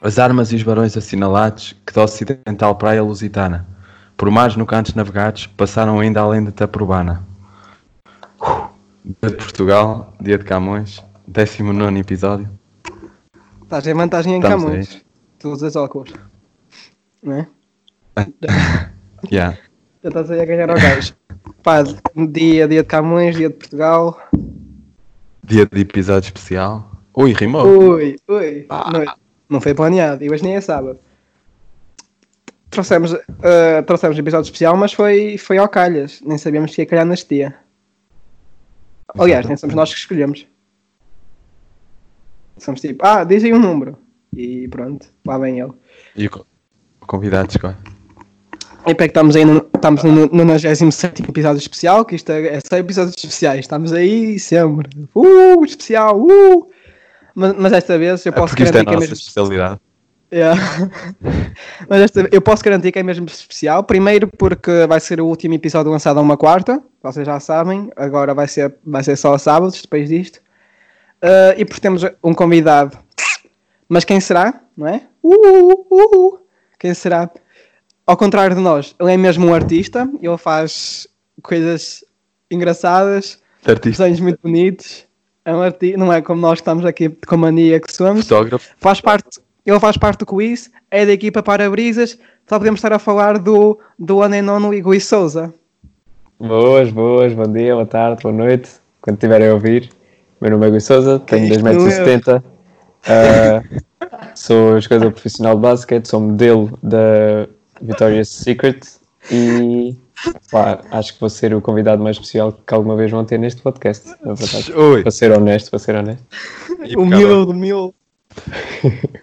as armas e os barões assinalados que da ocidental praia lusitana, por mares nucantes navegados, passaram ainda além de Taprobana. Uh, dia de Portugal, dia de Camões, 19 episódio. Estás em vantagem em Estamos Camões. aí. Tu usas óculos. Não é? Yeah. Já estás aí a ganhar ao gajo. Pá, dia, dia de Camões, dia de Portugal. Dia de episódio especial. Ui, rimou. Ui, ui. Não, não foi planeado. E hoje nem é sábado. Trouxemos, ah, trouxemos episódio especial, mas foi, foi ao calhas. Nem sabíamos que ia calhar neste dia. Aliás, nem somos nós que escolhemos. Somos tipo, ah, diz aí um número. E pronto, lá vem ele. E o co- o convidado escolhe. E pá, que estamos aí no, estamos no 97 episódio especial, que isto é, é só episódios especiais. Estamos aí sempre. Uh, especial, uh! Mas, mas desta vez eu É posso porque isto é a garantir que é nossa mesmo. especialidade. Yeah. É. mas desta, eu posso garantir que é mesmo especial. Primeiro porque vai ser o último episódio lançado a uma quarta, vocês já sabem, agora vai ser, vai ser só a sábados depois disto. Ah, e porque temos um convidado. Mas quem será? Não é? Uh, uh, uh. Quem será? Ao contrário de nós, ele é mesmo um artista, ele faz coisas engraçadas, De Artista, desenhos muito bonitos. É um arti não é como nós que estamos aqui com a mania que somos fotógrafo. faz parte, ele faz parte do quiz, é da equipa para-brisas, só podemos estar a falar do, do Anenono e Gui Souza. Boas, boas, bom dia, boa tarde, boa noite, quando estiverem a ouvir. Meu nome é Gui Souza, tenho isto 2,70m, Ah, sou um jogador profissional de basquete, sou modelo da Victoria's Secret e pá, acho que vou ser o convidado mais especial que alguma vez vão ter neste podcast, na verdade. Ui. Vou ser honesto, vou ser honesto. Humilde, humilde.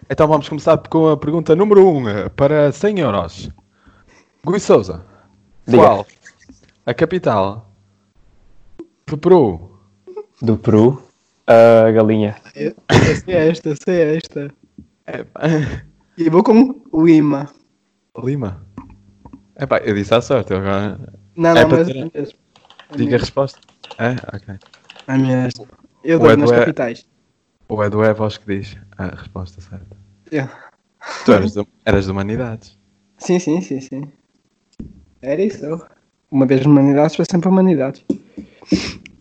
Então vamos começar com a pergunta número 1 um, eh, para 100 euros. Gui Souza, Diga. qual a capital do Peru? Do Peru, Ah, a galinha. Sei é esta, sei esta. E vou com Lima. Lima. Epá, eu disse à sorte, eu agora Não, É não, para mas ter- é mesmo. É digo a mesmo. resposta. É? Ok. É mesmo. Eu Ué, dou nas tu é- capitais. Ou é do Evos que diz a resposta certa. Eu. Tu eras de, eras de humanidades. Sim, sim, sim, sim. Era isso. Uma vez humanidades, para sempre humanidades.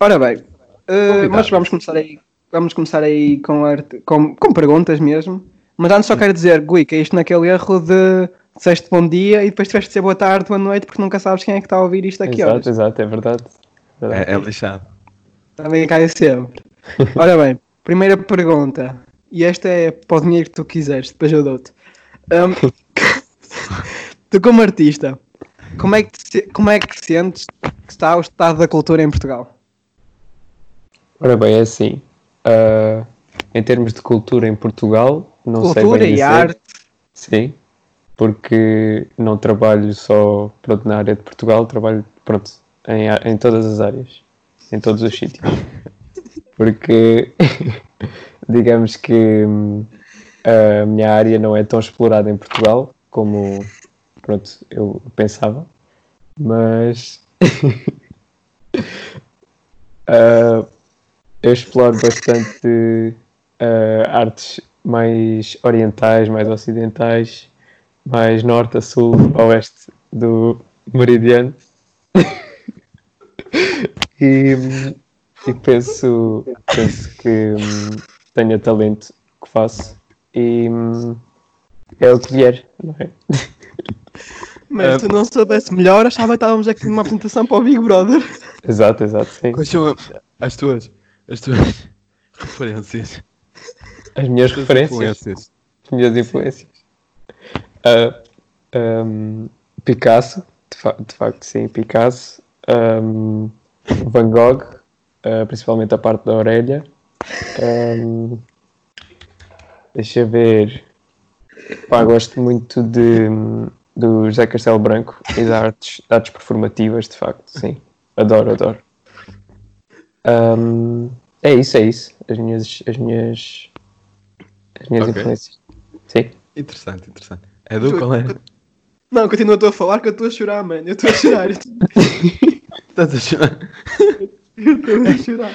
Ora bem, eh, mas vamos começar aí, vamos começar aí com, arte- com, com perguntas mesmo. Mas antes só quero dizer, Gui, que é isto naquele erro de disseste bom dia e depois tiveste de dizer boa tarde, boa noite, porque nunca sabes quem é que está a ouvir isto aqui Exato, horas. exato, é verdade. Verdade. É, é lixado. Também cai sempre. Ora bem, primeira pergunta. E esta é para o dinheiro que tu quiseres, depois eu dou-te. Ahm, tu, como artista, como é, que te se- como é que sentes que está o estado da cultura em Portugal? Ora bem, é assim. ah, em termos de cultura em Portugal, não sei cultura bem e dizer. arte. Sim, porque não trabalho só pronto, na área de Portugal, trabalho pronto, em, a- em todas as áreas, em todos os sítios. Porque digamos que hum, a minha área não é tão explorada em Portugal como pronto, eu pensava, mas ah, eu exploro bastante eh, artes mais orientais, mais ocidentais, mais norte a sul, a oeste do meridiano. e, e penso, penso que hum, tenho talento que faço e hum, é o que vier, não é? Mas se tu não soubesse melhor, achava que estávamos aqui numa apresentação para o Big Brother. Exato, exato, sim. Quais são as tuas, as tuas referências? As minhas As tuas referências. influências? as minhas influências. Ah, ahm, um, Picasso, de, fa- de facto, sim, Picasso. Ahm, Van Gogh, ah, principalmente a parte da orelha. Ahm, deixa eu ver. Pá, gosto muito de, do José Castelo Branco e das artes, de artes performativas, de facto, sim. Adoro, adoro. Ahm, é isso, é isso. As minhas, as minhas, as minhas Ok. influências. Sim. Interessante, interessante. É do qual é? Não, continua tu a falar que eu estou a chorar, mano. Eu estou a chorar. eu estou- Estás a chorar? Eu estou a chorar.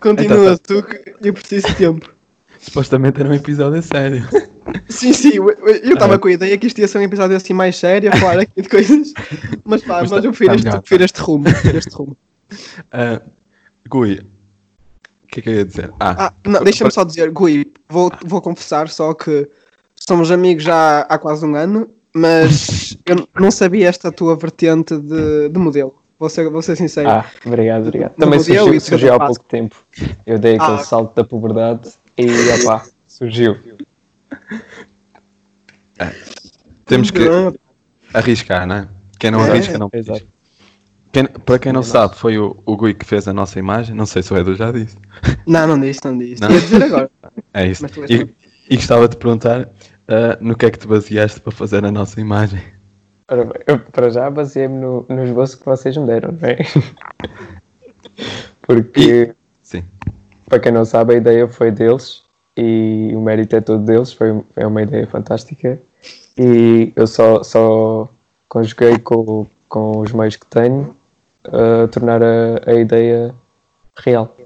Continua tu, que eu preciso de tempo. Supostamente era um episódio a sério. Sim, sim, eu- eu estava com a ideia que isto ia ser um episódio assim mais sério, a falar aqui de coisas, mas pá, Mas mas, tá- eu prefiro, tá este, melhor, prefiro este rumo, prefiro este rumo. Ah, Gui, o que é que eu ia dizer? Ah, Ah, não, deixa-me só dizer, Gui, vou, vou confessar só que somos amigos já há quase um ano, mas eu não sabia esta tua vertente de, de modelo, vou ser, vou ser sincero. Ah, obrigado, obrigado. No Também modelo, surgiu, é isso que eu surgiu há faço. pouco tempo. Eu dei aquele Ah. salto da puberdade e opá, surgiu. temos que Não, arriscar, não é? Quem não É, arrisca, não arrisca. Exato. Quem- para quem não sabe, foi o, o Gui que fez a nossa imagem. Não sei se o Edu já disse. não, não diz, não diz, Não. ia dizer agora. É isso. Mas tu és E, e gostava de perguntar ah, no que é que te baseaste para fazer a nossa imagem. Ora bem, eu para já baseei-me no, no esboço que vocês me deram, não é? Porque, Sim. para quem não sabe, a ideia foi deles e o mérito é todo deles, foi, foi uma ideia fantástica. E eu só, só conjuguei com, com os meios que tenho a tornar a, a ideia real.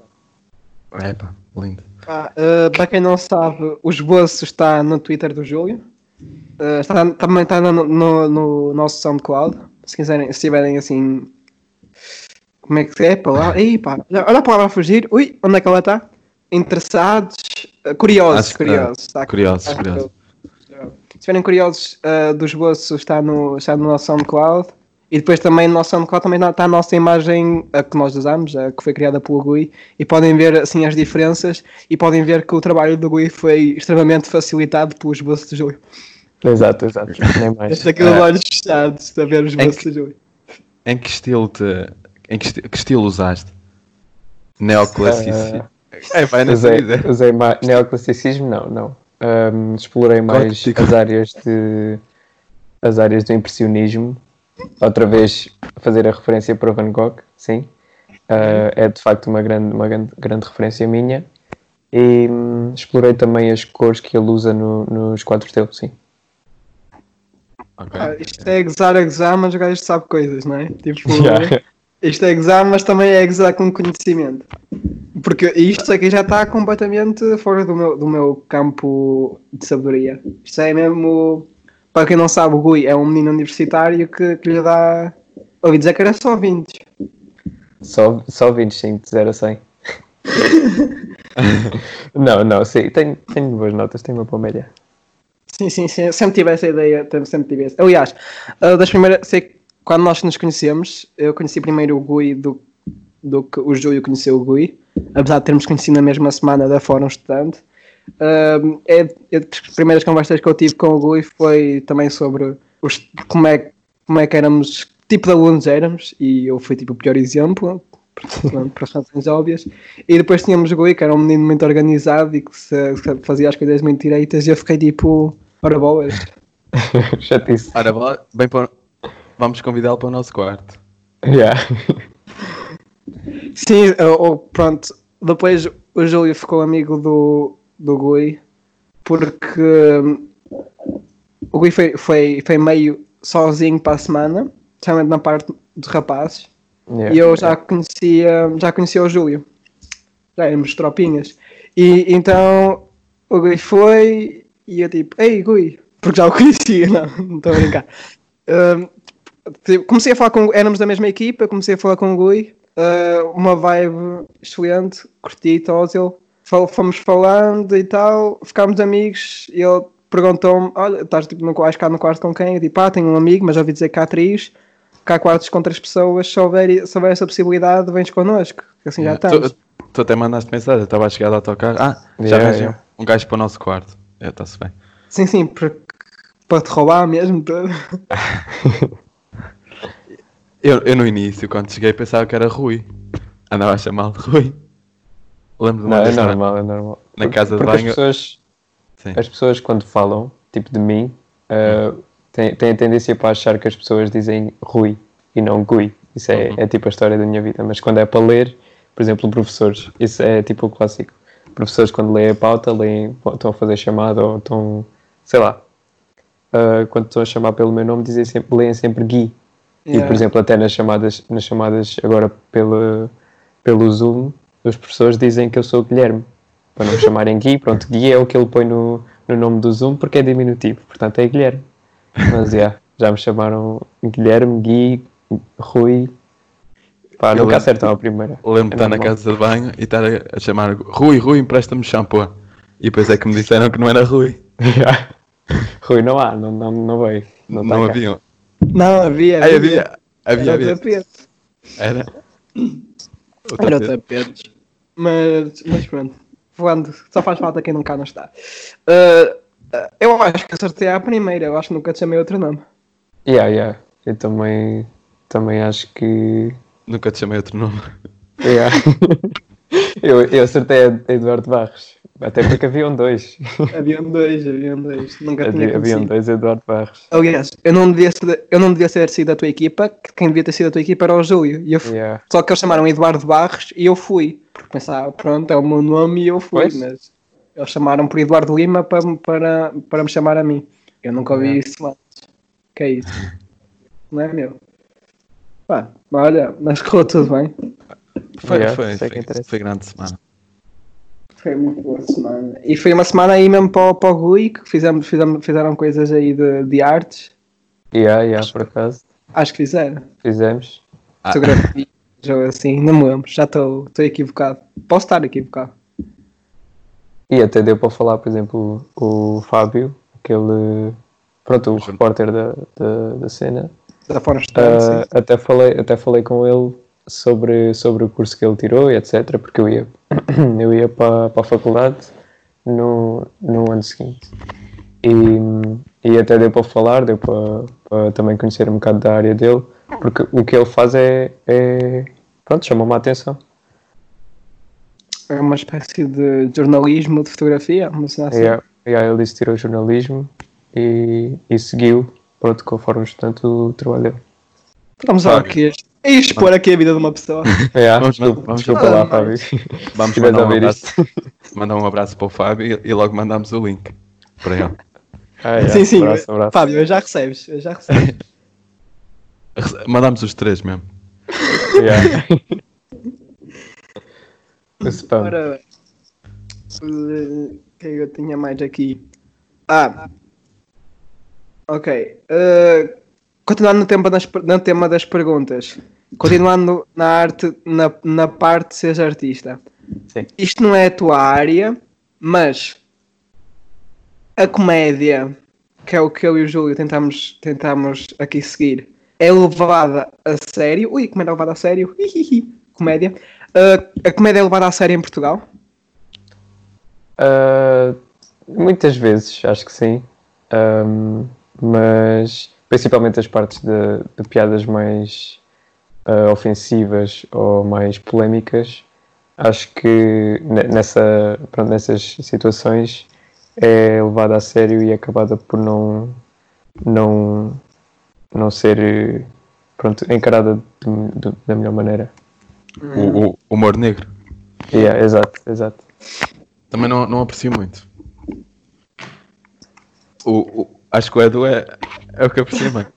Epa, lindo. Pá, eh, para quem não sabe, o esboço está no Twitter do Júlio. Eh, está- também está no, no- no nosso SoundCloud. Se quiserem, se tiverem assim. Como é que é? a Palavra? Ih, pá, olha olha a palavra a fugir. Ui, onde é que ela está? Interessados, eh, curiosos, Acho que- curiosos. está- Curiosos, está- curiosos. Se tiverem curiosos eh, do esboço, está no, está no nosso SoundCloud. E depois também no nosso SoundCloud também está a nossa imagem a que nós usamos, a que foi criada pelo Gui, e podem ver assim as diferenças e podem ver que o trabalho do Gui foi extremamente facilitado pelo esboço do Júlio. Exato, exato. Nem mais. Este é aquele de olhos fechados a ver o esboço do Júlio. Em que estilo te. Em que, esti- que estilo usaste? Neoclassicismo. é, vai na usei, vida. usei mais neoclassicismo, não, não. Ahm, explorei mais Gótico. as áreas de as áreas do impressionismo. Outra vez fazer a referência para Van Gogh, sim. Ah, é de facto uma grande, uma grande, grande referência minha. E hum, explorei também as cores que ele usa no- nos quadros dele, sim. Ok. Ah, isto é gozar a gozar, mas o gajo sabe coisas, não é? Tipo, Yeah. isto é gozar, mas também é gozar com conhecimento. Porque isto aqui já está completamente fora do meu, do meu campo de sabedoria. Isto é mesmo. Para quem não sabe, o Gui é um menino universitário que, que lhe dá. Ouvi dizer que era só 20. Só, só 25, de 0 a 100. não, não, sim. Tenho, tenho boas notas, tenho uma boa média. Sim, sim, sim. Sempre tive essa ideia, te- sempre tive essa. Aliás, ah, das primeiras. Sei que quando nós nos conhecemos, eu conheci primeiro o Gui do, do que o Júlio conheceu o Gui, apesar de termos conhecido na mesma semana da Fórum Estudante. Ah, é, é das primeiras conversas que eu tive com o Gui foi também sobre os, como, é, como é que éramos, que tipo de alunos éramos, e eu fui tipo o pior exemplo, por, por razões óbvias. E depois tínhamos o Gui, que era um menino muito organizado e que se- se fazia as coisas muito direitas, e eu fiquei tipo, ora boas. Já disse. Ora, bora, bem para... vamos convidá-lo para o nosso quarto. Yeah. Sim, ou- ou, pronto, depois o Júlio ficou amigo do, do Gui, porque hum, o Gui foi, foi, foi meio sozinho para a semana, principalmente na parte dos rapazes, Yeah. e eu já conhecia, já conhecia o Júlio, já éramos tropinhas, e então o Gui foi, e eu tipo, ei Gui, porque já o conhecia, não, não estou a brincar. Hum, Tipo, comecei a falar com. Éramos da mesma equipa, comecei a falar com o Gui. eh, uma vibe excelente, curti todos. Ele, fal- fomos falando e tal, ficámos amigos. E ele perguntou-me: Olha, estás tipo, no, acho que cá no quarto com quem? Eu tipo: Ah, tenho um amigo, mas já ouvi dizer que há três, que há quartos com três pessoas. Se houver, se houver essa possibilidade, vens connosco. que Assim já estamos. Tu, tu até mandaste mensagem, eu estava a chegar do autocarro. Ah, já Yeah, arranjei yeah. um gajo para o nosso quarto. É, Está-se bem. Sim, sim, porque para te roubar mesmo. tudo. Eu, eu no início, quando cheguei, pensava que era Rui. Andava a chamá-lo de Rui. Lembro-me Não, é de uma vez normal, é normal. na casa de Porque as banho- pessoas, Sim. as pessoas quando falam, tipo de mim, uh, têm, têm a tendência para achar que as pessoas dizem Rui e não Gui. Isso é, Uhum. é tipo a história da minha vida. Mas quando é para ler, por exemplo, professores, isso é tipo o clássico. Professores quando leem a pauta, leem, estão a fazer chamada ou estão, sei lá, uh, quando estão a chamar pelo meu nome, dizem sempre, leem sempre Gui. E, Yeah. por exemplo, até nas chamadas, nas chamadas agora pelo, pelo Zoom, os professores dizem que eu sou o Guilherme. Para não me chamarem Gui, pronto, Gui é o que ele põe no, no nome do Zoom porque é diminutivo, portanto é Guilherme. Mas yeah, já me chamaram Guilherme, Gui, Rui. Pá, Eu nunca lembro- acertam a primeira. Lembro-me de É estar na normal. casa de banho e estar a, a chamar Rui, Rui, empresta-me shampoo. E depois é que me disseram que não era Rui. Yeah. Rui não há, não, não, não veio. Não, tá cá. haviam. Não, havia. Ai, havia. Havia, Era o havia. tapete. Era. O Era o tapete. tapete. Mas, mas pronto, voando, só faz falta quem nunca não está. Ah, ah, eu acho que acertei à primeira, eu acho que nunca te chamei outro nome. Yeah, yeah. Eu também, também acho que. Nunca te chamei outro nome. Yeah. É. eu, eu acertei a Eduardo Barros. Até porque haviam dois. Havia um dois, havia um dois, nunca tinha Havia- conhecido. haviam dois Eduardo Barros. Aliás, eu não, devia ser, eu não devia ter sido da tua equipa, que quem devia ter sido da tua equipa era o Júlio. E eu fui- Yeah. Só que eles chamaram Eduardo Barros e eu fui. Porque pensava, pronto, é o meu nome e eu fui. Pois. Mas eles chamaram por Eduardo Lima para, para, para me chamar a mim. Eu nunca ouvi Yeah. isso antes. Que é isso? Não é meu. Pá, olha, mas correu tudo bem. Foi, Yeah, foi, isso é que foi, interessa. foi grande semana. Foi muito boa semana. E foi uma semana aí mesmo para, o- para o Rui, que fizemos, fizemos, fizeram coisas aí de, de artes. Yeah, yeah, por acaso. Acho que fizeram. Fizemos. Ah. Fotografia, jogo assim, não me lembro. Já estou estou equivocado. Posso estar equivocado. E até deu para falar, por exemplo, o o Fábio, aquele. Pronto, o repórter da, da, da cena. Da forma estranha, sim. Ah, até, falei, até falei com ele sobre, sobre o curso que ele tirou e etc. Porque eu ia, eu ia para, para a faculdade no, no ano seguinte. E, e até deu para falar, deu para, para também conhecer um bocado da área dele, porque o que ele faz é. é pronto, chamou-me a atenção. É uma espécie de jornalismo de fotografia, uma cena assim. Yeah, yeah, ele disse que tirou jornalismo e, e seguiu, pronto, conforme portanto, o trabalho dele. Vamos ao que este. E expor aqui a vida de uma pessoa. Yeah, Vamos- desculpa, vamos- desculpa lá, Ah, Fábio. Vamos Se mandar tiveres a um, ouvir abraço, mandar um abraço para o Fábio e, e logo mandamos o link para ele. Ah, yeah, sim, sim. abraço, abraço. Fábio, eu já recebes. Eu já recebes. Rece- Mandamos os três mesmo. Yeah. o spam. Ora bem. Eh, O que é que eu tinha mais aqui? Ah. Ok. eh, continuando no tema, das, per- no tema das perguntas. Continuando na arte, na, na parte de seres artista. Sim. Isto não é a tua área, mas a comédia, que é o que eu e o Júlio tentamos, tentamos aqui seguir, é levada a sério. Ui, comédia é levada a sério. Hihihi. comédia. Ah, a comédia é levada a sério em Portugal? Ah, muitas vezes, acho que sim. Ahm, mas principalmente as partes de, de piadas mais ah, ofensivas ou mais polémicas, acho que ne- nessa, pronto, nessas situações é levada a sério e é acabada por não, não, não ser eh, pronto, encarada de- de- da melhor maneira. O, o humor negro. Yeah, exato, exato. Também não, não aprecio muito. O, o- acho que o Edu é, é o que aprecio mais.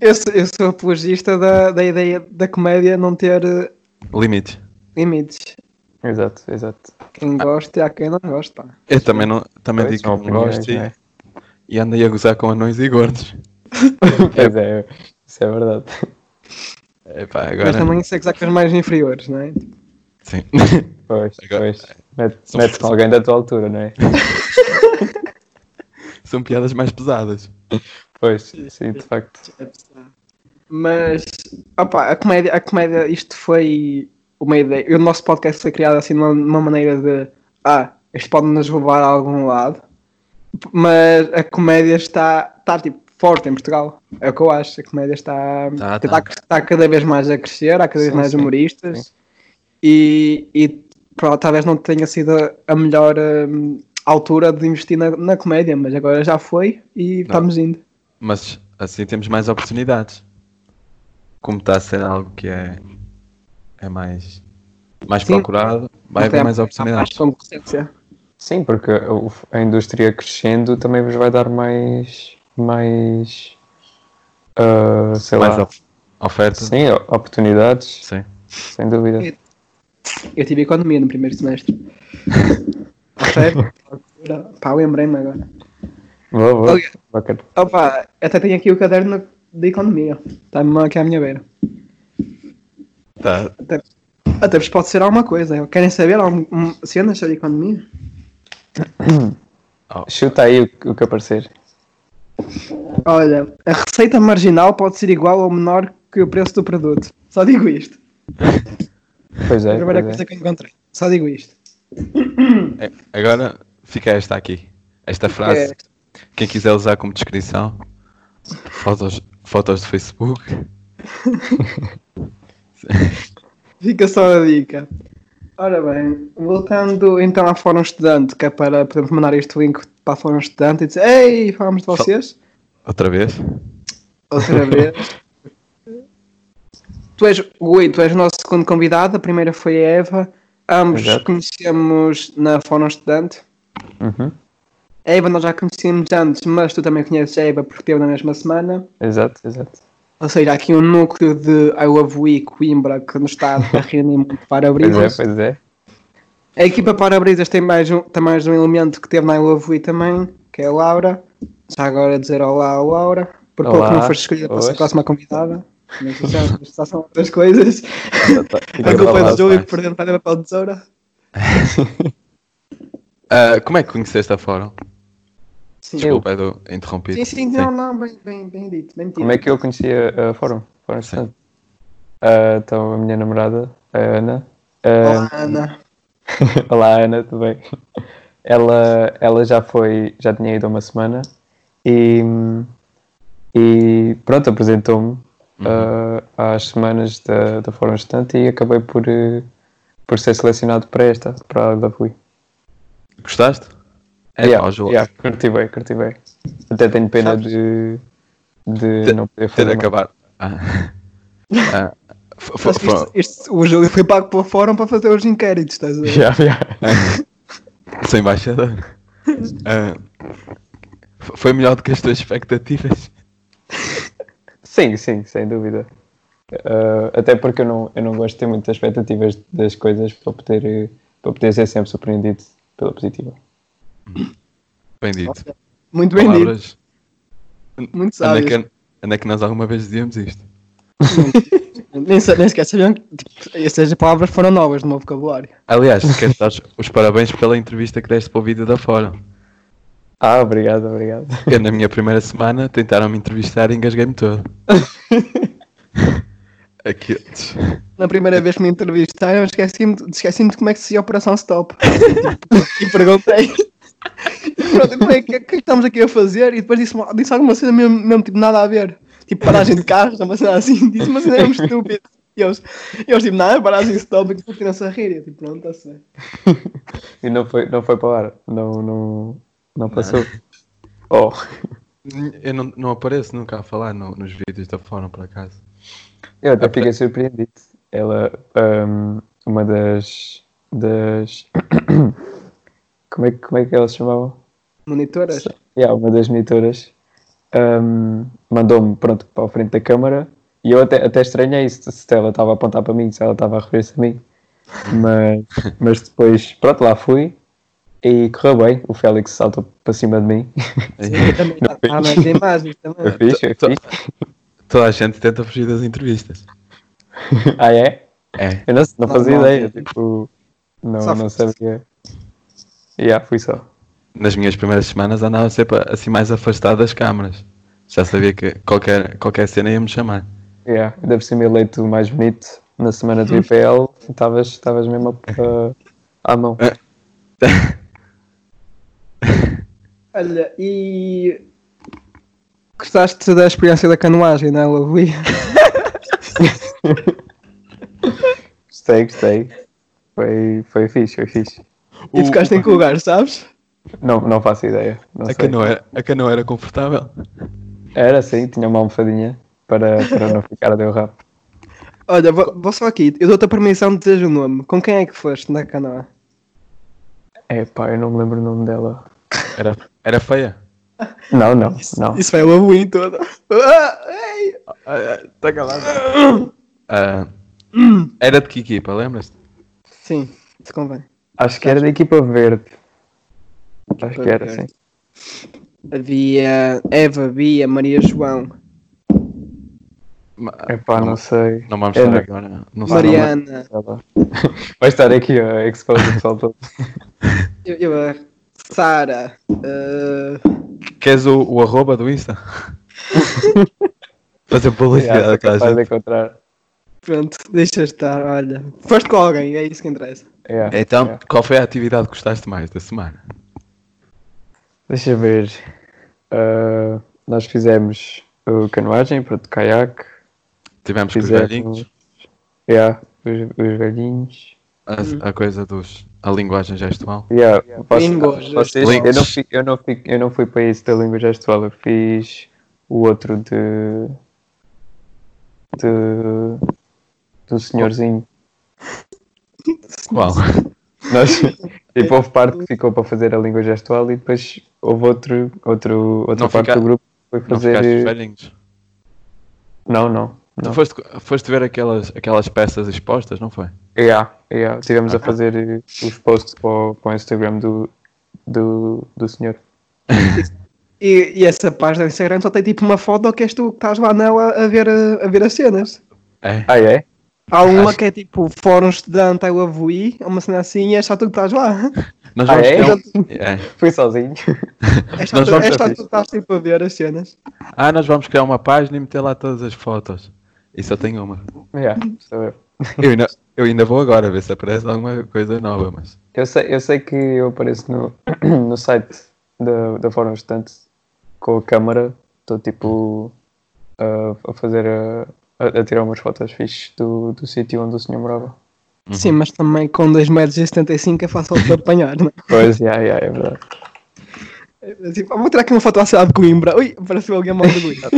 Eu, sou- eu sou apologista da, da ideia da comédia não ter eh, Limite. limites. Exato, exato. Quem gosta e há quem não gosta. pá. Eu também, não, também Pois, digo que não opiniões, gosto não e, é? e ando aí a gozar com anões e gordos. Pois é, isso é verdade. Epá, Mas agora. também isso é que com os mais inferiores, não é? Sim. Pois, Agora- é, pois. Mete- São- Mete-se com alguém da tua altura, não é? São piadas mais pesadas. Pois, sim, de facto. Mas, opa, a comédia, a comédia, isto foi uma ideia. O nosso podcast foi criado assim numa, numa maneira de, ah, isto pode nos levar a algum lado. Mas a comédia está, está tipo, forte em Portugal. É o que eu acho. A comédia está, tipo, Tá, está, tá. está cada vez mais a crescer, há cada vez Sim, mais sim, humoristas. sim. E, e pro- talvez não tenha sido a melhor hum, altura de investir na, na comédia, mas agora já foi e estamos indo. Mas assim temos mais oportunidades. Como está a ser algo que é, é mais, mais Sim. procurado, vai Até haver mais há- há oportunidades. concorrência. Sim, porque o- a indústria crescendo também vos vai dar mais. mais. ah, sei Mais lá. of- oferta. Sim. Sim, o- oportunidades, sem dúvida. Eu tive economia no primeiro semestre. percebe? Pá, lembrei-me agora. Boa, boa. Ok. Bacana. Opa, até tenho aqui o caderno de economia. Está-me aqui à minha beira. Tá. Até, até vos pode ser alguma coisa. Querem saber algum, um, cenas sobre economia? Chuta aí o, que- o que aparecer. Olha, a receita marginal pode ser igual ou menor que o preço do produto. Só digo isto. Pois É a é. primeira pois coisa é. que encontrei. Só digo isto. É, Agora fica esta aqui. Esta frase. Quem quiser usar como descrição. Fotos, fotos do Facebook. Fica só a dica. Ora bem, voltando então à Fórum Estudante, que é para podemos mandar este link para a Fórum Estudante e dizer Ei, falamos de vocês. Outra vez. Outra vez. tu és, Rui, tu és o nosso segundo convidado, a primeira foi a Eva. Ambos Exato. conhecemos na Fórum Estudante. Uhum. A Eva nós já conhecíamos antes, mas tu também conheces a Eva porque teve na mesma semana. Exato, exato. Ou seja, há aqui um núcleo de I Love We Coimbra que nos está a reunir muito para abrir. Pois é, pois é. A equipa Parabrisas tem mais um, tem mais um elemento que teve na I Love We também, que é a Laura. Já agora dizer olá à Laura. Por Olá, pouco não foste escolhida para ser a pois. próxima convidada. Mas é já, já são outras coisas. Já tá. A culpa é lá, do Júlio pai. que perdeu para o papel de tesoura. Ah, como é que conheceste a Fórum? Sim, Desculpa, é do interrompido. sim, sim, não, não, bem, bem, bem dito. Bem dito. Como é que eu conhecia a Fórum? Fórum Sim. Estudante. Ah, então, a minha namorada, a Ana. Olá, ah, Ana. Olá, Ana, tudo bem? Ela, ela já foi, já tinha ido há uma semana e, e pronto, apresentou-me Uhum. ah, às semanas da, da Fórum Estudante e acabei por, eh, por ser selecionado para esta, para a WI. Gostaste? É, pá, o João- yeah, curti bem, curti bem. Até tenho pena Sabes? de, de Ter- não poder ter fazer. mais. acabar. Ah. Ah, fo- fo- Acho que isto- fo- isto- o Júlio foi pago para o fórum para fazer os inquéritos, estás a ver? Yeah, yeah. Sou embaixador. Ah, fo- foi melhor do que as tuas expectativas. Sim, sim, sem dúvida. Uh, até porque eu não, eu não gosto de ter muitas expectativas das coisas para poder, eh, para poder ser sempre surpreendido pela positiva. Bem dito. Muito bem dito, Palavras. muito Onde é, sábio. que, onde é que nós alguma vez dizíamos isto? Nem, sa- nem sequer sabiam que tipo, essas palavras foram novas no meu vocabulário. Aliás, quero dar os parabéns pela entrevista que deste para o vídeo da Fórum. Ah, obrigado, obrigado. Eu, na minha primeira semana, tentaram-me entrevistar e engasguei-me todo. Aqui. Na primeira vez que me entrevistaram, esqueci-me de- esqueci-me de como é que se dizia a Operação Stop. e perguntei. Pronto, como é que, o que é que estamos aqui a fazer? E depois disse, uma- disse alguma coisa mesmo, mesmo tipo nada a ver. Tipo paragem de carros, uma cena assim. Disse uma cena mesmo estúpida. E eles, e eles tipo, nada, paragem stop. E depois tiram-se a rir. E eu, tipo, pronto, está-se bem. E não foi, não foi para o ar. Não, não, não passou. Oh, Eu não, não apareço nunca a falar no- nos vídeos da Fórum, por acaso. eu até fiquei surpreendido. Ela, um, uma das. das como, é, que- como é que elas chamavam? Monitoras? Yeah, uma das monitoras hum, mandou-me pronto para a frente da câmara e eu até, até estranhei se, se ela estava a apontar para mim, se ela estava a referir-se a mim. Mas, mas depois, pronto, lá fui e correu bem. O Félix saltou para cima de mim. Sim, eu também. Ah, mas tem imagens também. Foi fixe, foi to- fixe. Toda a gente tenta fugir das entrevistas. Ah, é? É. Eu não, não fazia Normal. ideia, tipo, Só não, não foste. sabia. Yeah, fui só. Nas minhas primeiras semanas andava sempre assim mais afastado das câmaras. Já sabia que qualquer, qualquer cena ia me chamar. Yeah, ainda por cima eleito o mais bonito na semana do IPL, estavas estavas mesmo a- a- à mão. Olha, e gostaste da experiência da canoagem, não é, Louvi? Gostei, gostei. Foi, foi fixe, foi fixe. E ficaste em que lugar, sabes? Não, não faço ideia. Não É A sei. canoa, era- a canoa era confortável. Era assim, tinha uma almofadinha para, para não ficar a deu rabo. Olha, vou, vou só aqui, eu dou-te a permissão de dizer o nome. Com quem é que foste na canoa? É pá, eu não me lembro o nome dela. Era, era feia. Não, não, não. Isso foi a Louvi toda. Ah, ei! Está ah, tá calado. Ah, era de que equipa, lembras-te? Sim, te convém. Acho que era da equipa verde. Acho que era, sim. Havia Eva, Bia, Maria João, Ma- Epá, não sei. Não vamos É, estar não. agora. Não sei. Mariana. Sei lá. Vai estar aqui a expose o pessoal todo. Eu, eu- Sara. eh, Queres o, o arroba do Insta? Fazer publicidade Yeah, tá a toda a capaz de gente. encontrar. pronto, deixa estar, olha. Foste com alguém, é isso que interessa. Yeah, Então, yeah. qual foi a atividade que gostaste mais da semana? Deixa eu ver. Ah, nós fizemos o canoagem, pronto, caiaque. Tivemos com os velhinhos, Fizemos. Yeah, É, os, os velhinhos. a, a coisa dos. a linguagem gestual. Yeah, posso- Línguas vocês- gestuais. eu, não fui, eu, não fui, eu não fui para isso da língua gestual, eu fiz o outro de. de do senhorzinho. Qual? Nós, tipo, houve parte que ficou para fazer a língua gestual e depois houve outro, outro, outra Não parte fica- do grupo que foi Não ficaste com os fazer. eh, velhinhos. Não, não. Tu não. foste, foste ver aquelas, aquelas peças expostas, não foi? Yeah, yeah. Ah, Estivemos a tá. fazer eh, os posts para o, para o Instagram do, do, do senhor. E, e essa página do Instagram só tem tipo uma foto que és tu que estás lá nela a ver, a, a ver as cenas. É. Ah, é? Há uma que é tipo Fórum Estudante ao Avui, uma cena assim, e é só tu que estás lá. Nós Ah, vamos é? ter um- é. Fui sozinho. É só Nós tu, vamos é só fazer tu que estás tipo a ver as cenas. Ah, nós vamos criar uma página e meter lá todas as fotos. E só tem uma. Yeah, sou eu. Eu ainda, eu ainda vou agora ver se aparece alguma coisa nova, mas. Eu sei, eu sei que eu apareço no, no site da, da Fórum Estudante com a câmara, estou tipo a, a fazer a, a- a tirar umas fotos fixes do, do sítio onde o senhor morava. Sim, mas também com 2,75m é fácil de apanhar, não Pois, yeah, yeah, é verdade. é? Tipo, ah, vou tirar aqui uma foto à cidade de Coimbra. Ui, apareceu alguém mal de Coimbra.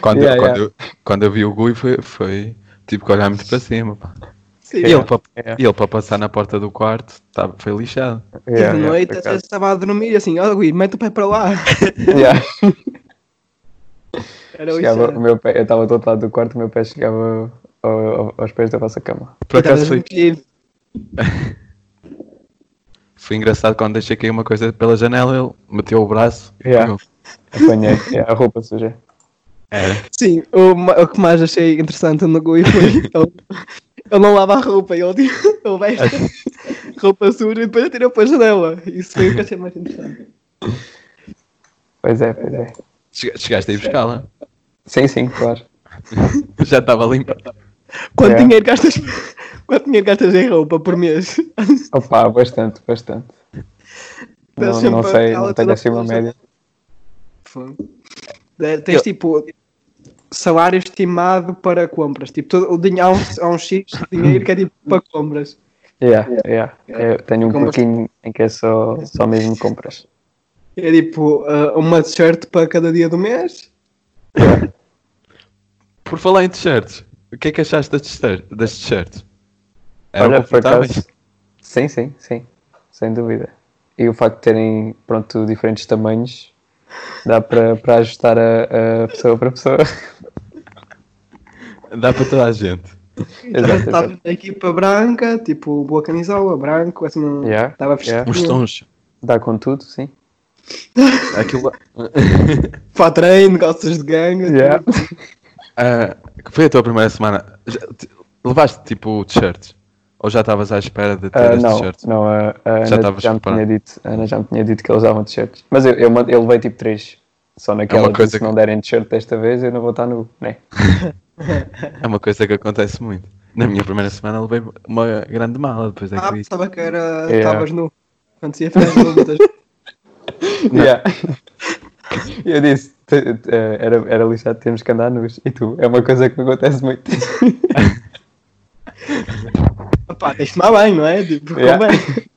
Quando, Yeah, quando, yeah. Eu, quando eu vi o Gui foi, foi tipo que olhar muito para cima. pá. Sim, E ele, para, yeah. ele para passar na porta do quarto tava, foi lixado. Yeah, e de yeah, noite por às acaso. vezes estava a dormir e assim, ó Gui, mete o pé para lá. Yeah. Era isso. Chegava, era. o meu pé, eu estava do outro lado do quarto, o meu pé chegava ao- ao- aos pés da vossa cama. Por acaso Estavas foi, metido. foi engraçado quando deixei cair uma coisa pela janela, ele meteu o braço e Yeah. pegou. Apanhei yeah, a roupa suja. Era. Sim, o, ma- o que mais achei interessante no Gui foi ele, ele não lava a roupa, ele tira ele veste roupa suja e depois atira para a janela. Isso foi o que achei mais interessante. Pois é, pois é. Chega- Chegaste a ir buscá-la. Sim, sim, claro. Já estava limpa. Quanto Yeah. dinheiro gastas quanto dinheiro gastas em roupa por mês? Opa, bastante, bastante. Não, sempre não sei, aquela não tenho altura assim uma que média. Fogo. É, Tens tipo salário estimado para compras. Tipo, todo, o dinheiro, há uns, há uns X de dinheiro que é tipo para compras. Yeah, yeah. Eu tenho um Como- pouquinho em que é só, só mesmo compras. É tipo ah, uma t-shirt para cada dia do mês. Por falar em t-shirts, o que é que achaste das t-shirts? Das t-shirts? Eram Olha, por confortáveis? acaso. Sim, sim, sim. Sem dúvida. E o facto de terem, pronto, diferentes tamanhos, dá para para ajustar a, a pessoa para pessoa. Dá para toda a gente. Exato, Estava exato. na equipa branca, tipo boa camisola, branco, assim, não- Yeah, estava yeah. Os vestido. tons. Dá com tudo, sim. Aquilo. Para treino, calças de tipo, gangue. Yeah. Ah, que foi a tua primeira semana. Já- te- Levaste tipo t-shirts? Ou já estavas à espera de ter Ah, as não, t-shirts? não, a, a Ana, Já já estavas me tinha preparado. dito, a Ana já me tinha dito que eles davam t-shirts. Mas eu, eu, mand- eu levei tipo três. Só naquela de, coisa se que- não derem t-shirt desta vez, eu não vou estar nu, né? É uma coisa que acontece muito. Na minha primeira semana levei uma grande mala depois é Ah, daquilo. pensava que era. Yeah. Estavas nu. Acontecia fazer perguntas. Yeah. eu disse, te- te- eh, era, era lixado, temos que andar nus. E tu, é uma coisa que me acontece muito. Pá, tens de tomar bem, não é? Tipo, Yeah. convém.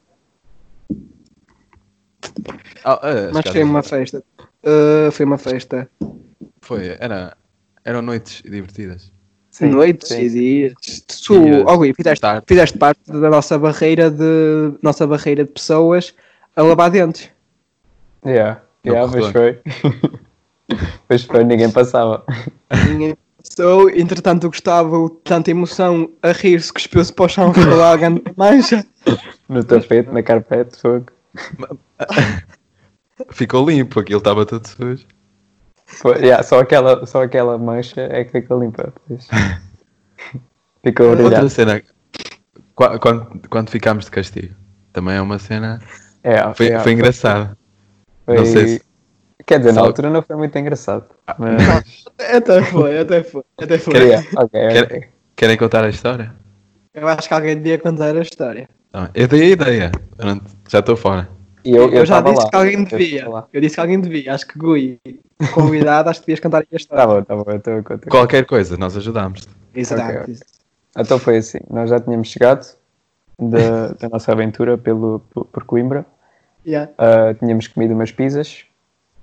Ah, ah, Mas as foi casas- uma festa. Ah, foi uma festa. Foi, era, eram noites divertidas. Sim, Noites sim. e dias. Tu, Dias. ó Gui, fizeste, Tarde. fizeste parte da nossa barreira de nossa barreira de pessoas a lavar dentes. Yeah, No yeah, mas foi. Pois foi, ninguém passava. Ninguém passou, entretanto o Gustavo, de tanta emoção, a rir-se, cuspiu-se para o chão para lá a grande mancha. No tapete, na carpete, fogo. Ficou limpo, aquilo estava todo sujo. Foi- yeah, só, aquela, só aquela mancha é que fica limpa. pois. Ficou Outra brilhante. cena, qua- quando, quando ficámos de castigo, também é uma cena. É, Foi, yeah, foi engraçado. foi- não sei se- Quer dizer, na Sabe- Ah. altura não foi muito engraçado. Mas... Até foi, até foi, até foi. Queria- yeah, ok, ok. Querem contar a história? Eu acho que alguém devia contar a história. Então, eu dei a ideia. Eu não- já estou fora. E Eu, já tava disse lá. que alguém Eu devia. tava lá. Eu disse que alguém devia. Acho que Gui, convidado, acho que devias contar a história. Tá bom, tá bom, eu estou a contar. Qualquer coisa, nós ajudámos. Exato. ok. Então foi assim, nós já tínhamos chegado da, da nossa aventura pelo, por, por Coimbra, Yeah. Ah, tínhamos comido umas pizzas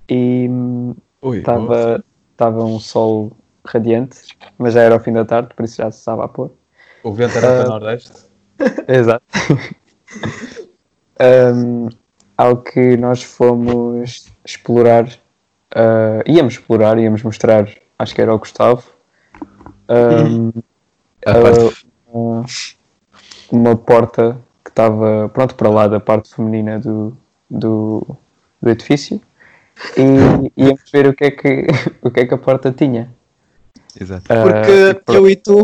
e hum, Ui, estava tava um sol radiante, mas já era o fim da tarde, por isso já se estava a pôr. o, o vento Ah, era para o Nordeste. Exato. Hum, ao que nós fomos explorar, ah, íamos explorar, íamos mostrar, acho que era o Gustavo, hum, A parte- uma, uma porta que estava pronto para lá da parte feminina do, do, do edifício e íamos ver o que é que, o que, é que a porta tinha. Exato. Ah, Porque e eu e tu,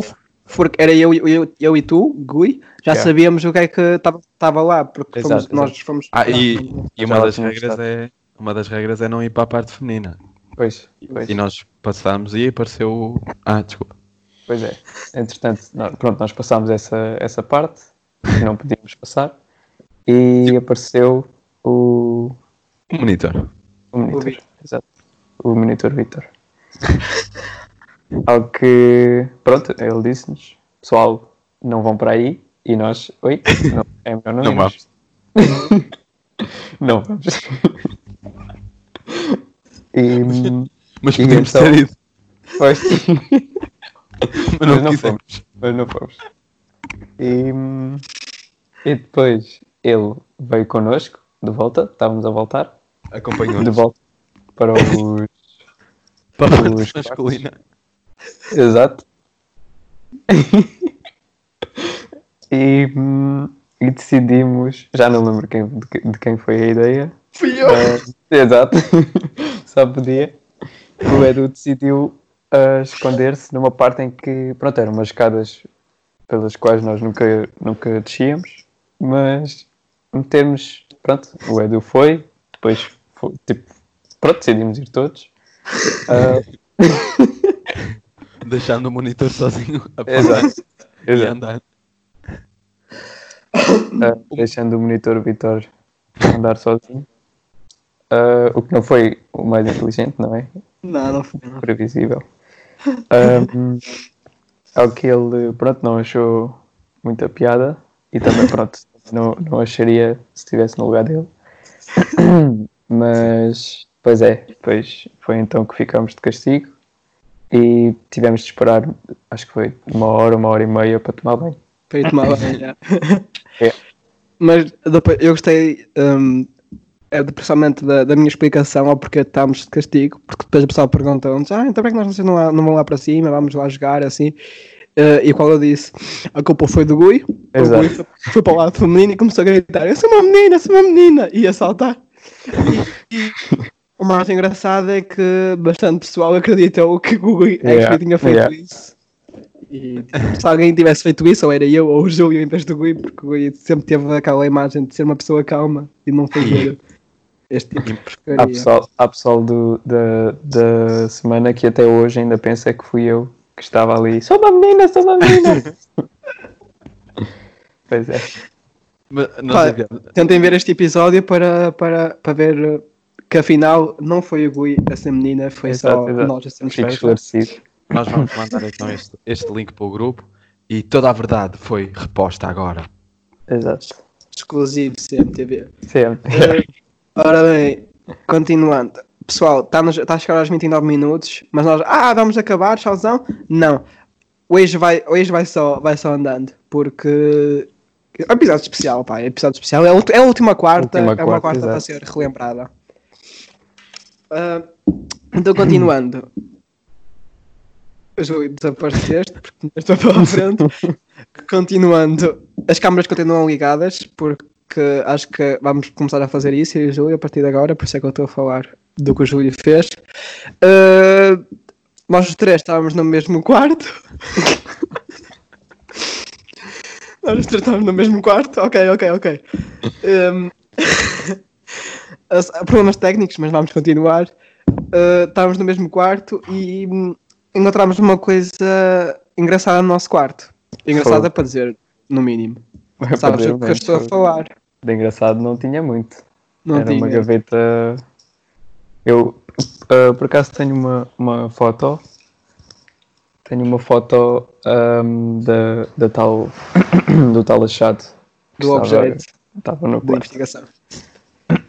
porque era eu, eu, eu e tu, Gui, já Yeah. sabíamos o que é que estava lá, porque fomos- Exato, nós fomos. Ah, e, e uma Já das tinha regras estado. é uma das regras é não ir para a parte feminina. Pois, pois, E nós passámos e apareceu o. Ah, desculpa. pois é. Entretanto, nós, pronto, nós passámos essa, essa parte que não podíamos passar e apareceu o, O monitor. O monitor. Vitor. Exato. O monitor Vitor. Ao que, pronto, ele disse-nos: pessoal, não vão para aí. E nós, oi, não, é melhor não Não irmos." não vamos. e, hum, Mas E podíamos então- ter ido, pois, mas não, mas não quisemos. mas não fomos. E, hum, e depois ele veio connosco, de volta, estávamos a voltar, de Acompanhou-nos. volta para os. Para a Os parte masculina. Exato. e, hum, e decidimos, já não lembro quem, de, que- de quem foi a ideia. Fui eu! mas- exato, só podia. O Edu decidiu ah, esconder-se numa parte em que, pronto, eram umas escadas pelas quais nós nunca, nunca descíamos, mas metemos, pronto, o Edu foi, depois, foi, tipo, pronto, decidimos ir todos. Ah, Deixando o monitor sozinho a parar exato. e exato. andar. Ah, deixando o monitor Vitor andar sozinho. Ah, o que não foi o mais inteligente, não é? Não, não foi. Não. Previsível. Ahm, ao que ele, pronto, não achou muita piada e também, pronto, não, não acharia se estivesse no lugar dele. Mas, pois é, pois foi então que ficámos de castigo e tivemos de esperar, acho que foi uma hora, uma hora e meia para tomar banho. Foi tomar banho, já. É. Mas depois, eu gostei, hum, é, de- principalmente da, da minha explicação ao porquê estávamos de castigo, porque depois o pessoal perguntou-nos: ah, então como é que nós vocês não, lá- não vão lá para cima, vamos lá jogar assim. Eh, e qual eu disse, a culpa foi do Gui, o Exato. Gui foi, foi para o lado feminino e começou a gritar: eu sou uma menina, eu sou uma menina, e a saltar. E, e o mais engraçado é que bastante pessoal acreditou que o Gui é Yeah, que tinha feito yeah. isso. E tipo, se alguém tivesse feito isso, ou era eu ou o Júlio em vez do Gui, porque o Gui sempre teve aquela imagem de ser uma pessoa calma e não fazer este tipo de Há porcaria. pessoal, há pessoal do- da, da semana que até hoje ainda pensa que fui eu que estava ali. Sou uma menina, sou uma menina! pois é. Mas nós Pá, enviámos- Tentem ver este episódio para, para, para ver uh, que afinal não foi o Gui essa menina, foi só Exato, exato. nós a sermos né? Fico feitos. esclarecido. Nós vamos mandar então este, este link para o grupo e toda a verdade foi reposta agora. Exato. exclusivo CMTV. Sempre. Ora bem, continuando. Pessoal, está a chegar aos 29 minutos, mas nós. Ah, vamos acabar, tchauzão. Não. Hoje vai, hoje vai, só, vai só andando, porque. É um episódio especial, pá. É um episódio especial. É, a ulti- é a última quarta. Última é uma quarta, quarta para exato. ser relembrada. Ah, então, continuando. Júlio, desapareceste porque não estou para a frente. Continuando, as câmaras continuam ligadas porque que acho que vamos começar a fazer isso, eu e o Júlio, a partir de agora, por isso é que eu estou a falar do que o Júlio fez. Ah, nós os três estávamos no mesmo quarto. nós os três estávamos no mesmo quarto. Ok, ok, ok. Hum, as- problemas técnicos, mas vamos continuar. Ah, estávamos no mesmo quarto e hum, encontramos uma coisa engraçada no nosso quarto. Engraçada Fogo. para dizer, no mínimo. Para Sabes ver, o que eu mas estou a foi- falar? De engraçado não tinha muito. É. Não Era tinha. uma gaveta. Eu ah, por acaso tenho uma, uma foto. Tenho uma foto ahm, da, da tal, do tal achado. Do que estava- objeto. Estava da no quarto. investigação.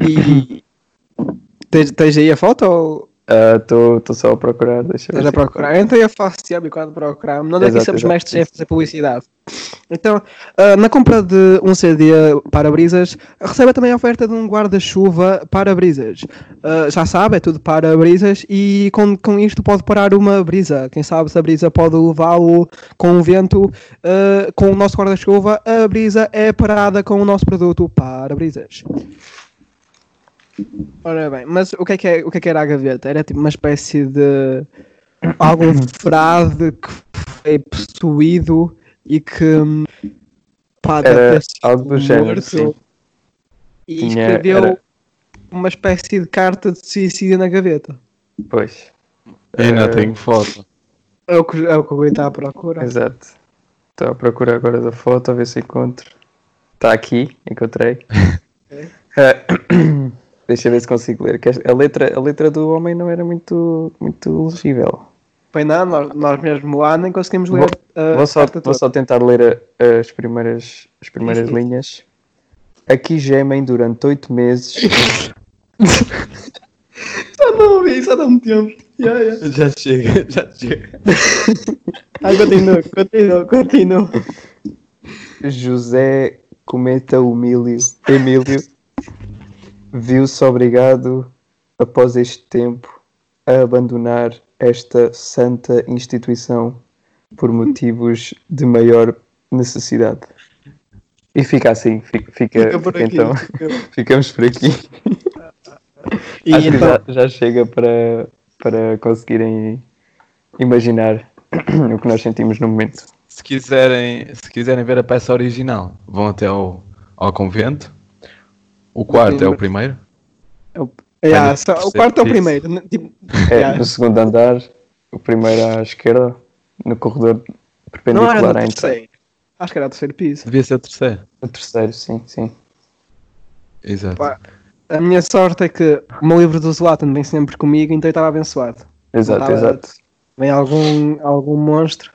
E tens, tens aí a foto ou Estou Ah, só a procurar, deixa estás eu a ver. é procurar? Então eu faço sempre quando procurar. Nós aqui Exato, somos exato. mestres em fazer publicidade. Então, ah, na compra de um CD para-brisas, recebe também a oferta de um guarda-chuva para-brisas. Ah, já sabe, é tudo para-brisas e com, com isto pode parar uma brisa. Quem sabe se a brisa pode levá-lo com o vento, ah, com o nosso guarda-chuva, a brisa é parada com o nosso produto para-brisas. Ora bem, mas o que, é que é- o que é que era a gaveta? Era tipo uma espécie de algum frade que foi possuído e que hum, pá, deve Era ter sido algo do género. Sim. e Tinha- escreveu era- uma espécie de carta de suicídio na gaveta. Pois, Ainda Eh, tenho foto. É o que, é o que eu estava à procura. exato. Estou a procurar agora da foto, a ver se encontro. Está aqui, encontrei. Ah, deixa eu ver se consigo ler. que A letra, a letra do homem não era muito, muito legível. Pois não, nós, nós mesmo lá nem conseguimos ler ah, Vou, a vou só, carta vou toda. só tentar ler a- as primeiras, as primeiras linhas. Aqui gemem durante oito meses. Só não vi, só dá um tempo. Yeah, yeah. Já chega, já chega. Ah, continua, continua, continua. José Cometa Humílio, Emílio viu-se obrigado, após este tempo, a abandonar esta santa instituição por motivos de maior necessidade. E fica assim, fica, fica, Fica por fica aqui. então. Ficamos por aqui. E Acho então, que já, já chega para, para conseguirem imaginar o que nós sentimos no momento. Se quiserem, se quiserem ver a peça original, vão até ao, ao convento. O quarto é o primeiro. yeah, Olha, só- o percebo quarto é o isso. primeiro. né, tipo, É, yeah. no segundo andar, o primeiro à esquerda, no corredor Não era perpendicular à no entrada. terceiro. Acho que era o terceiro piso. Devia ser o terceiro. No terceiro, sim, sim. Exato. Pá, A minha sorte é que o meu livro do Zlatan vem sempre comigo, então eu estava abençoado. Exato, Estava- exato. Vem algum, algum monstro.